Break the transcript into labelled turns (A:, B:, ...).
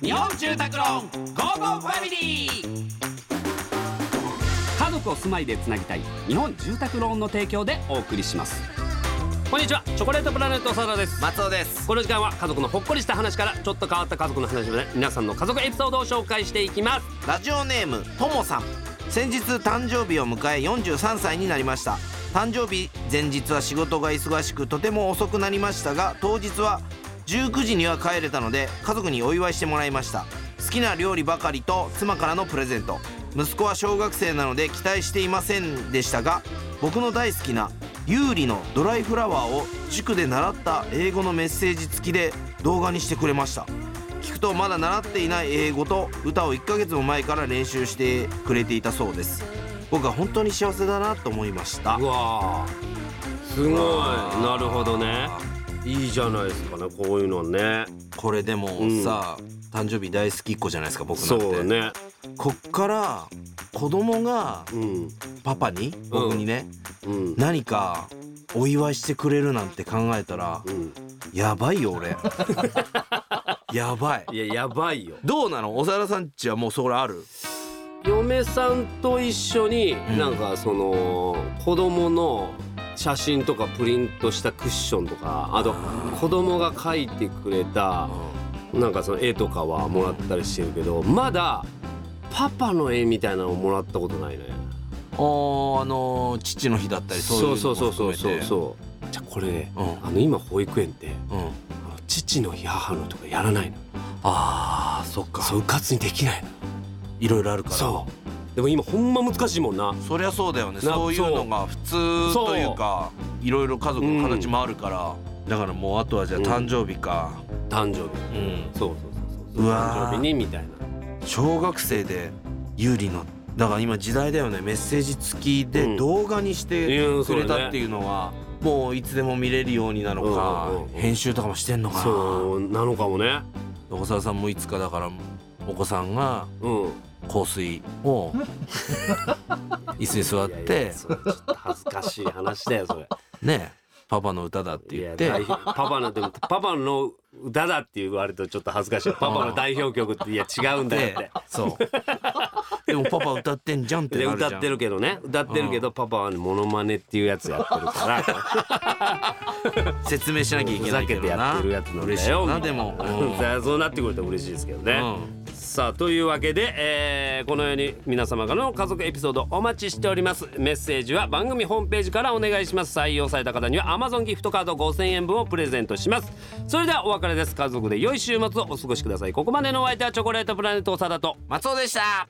A: 日本住宅ローンゴーゴーファミリー家族を住まいでつなぎたい日本住宅ローンの提供でお送りしますこんにちはチョコレートプラネットサラです
B: 松尾です
A: この時間は家族のほっこりした話からちょっと変わった家族の話まで皆さんの家族エピソードを紹介していきます
B: ラジオネームともさん先日誕生日を迎え43歳になりました誕生日前日は仕事が忙しくとても遅くなりましたが当日は19時には帰れたので家族にお祝いしてもらいました好きな料理ばかりと妻からのプレゼント息子は小学生なので期待していませんでしたが僕の大好きな有利のドライフラワーを塾で習った英語のメッセージ付きで動画にしてくれました聞くとまだ習っていない英語と歌を1ヶ月も前から練習してくれていたそうです僕は本当に幸せだなと思いました
A: うわすごいなるほどねいいじゃないですかねこういうのね
B: これでも
A: ん
B: さ、誕生日大好きっ子じゃないですか僕な
A: そ
B: んて
A: うね
B: こっから子供が
A: うん
B: パパに僕にね、
A: うん
B: 何かお祝いしてくれるなんて考えたら
A: うん
B: やばいよ 俺やばい
A: いややばいよ
B: どうなの小沢さんちはもうそれある
A: 嫁さんと一緒に
B: ん
A: なんかその子供の写真とかプリントしたクッションとかあと子供が描いてくれたなんかその絵とかはもらったりしてるけどまだパパの絵みたいなのをもらったことないね
B: おーあのー父の日だったりそういうのも
A: そうそうそう
B: 含
A: そ
B: め
A: う
B: て
A: そうじゃあこれね
B: うん
A: あの今保育園って
B: うん
A: あの父の日母の日とかやらないの
B: あーそっか
A: そううかつにできないの
B: いろいろあるから
A: そうでも今ほんま難しいもんな
B: そりゃそうだよね
A: な
B: そういうのが普通
A: そう
B: というかいろいろ家族の形もあるから、だからもうあとはじゃあ
A: うん
B: 誕生日か、
A: 誕生日
B: うん
A: そうそうそうそう
B: う
A: 誕
B: わー
A: 生日にみたいな
B: 小学生で有利のだから今時代だよねメッセージ付き
A: うん
B: で動画にして
A: うん
B: く
A: そう
B: れ
A: だね
B: たっていうのは、もういつでも見れるようになのか、
A: うんうんうん
B: 編集とかもしてんのかな
A: そうなのかもね
B: 小沢さんもいつかだからお子さんが
A: うん
B: 香水 を椅子に座っ
A: いやい
B: て
A: やそれちょっと恥ずかしい話だよそれ
B: ねパパの歌だって
A: い
B: 言
A: や
B: って
A: 代表パパのでもパパの歌だって言われるとちょっと恥ずかしいパパの代表曲っていや違うんだよって
B: でそうでもパパ歌ってんじゃんって
A: で
B: なるじゃん
A: 歌ってるけどね歌ってるけどパパはモノマネっていうやつやってるから
B: 説明しなきゃい
A: ふ
B: けな
A: ざ
B: い
A: け
B: け
A: て
B: ど
A: や
B: な
A: ってるやつなん
B: 嬉
A: だ
B: しい
A: よ
B: よなでも、
A: うん そうなってくると嬉しいですけど
B: う
A: ね、
B: ん
A: さあというわけで、えーこのように皆様からの家族エピソードお待ちしておりますメッセージは番組ホームページからお願いします採用された方には Amazon ギフトカード5000円分をプレゼントしますそれではお別れです家族で良い週末をお過ごしくださいここまでのお相手はチョコレートプラネット長田と
B: 松尾でした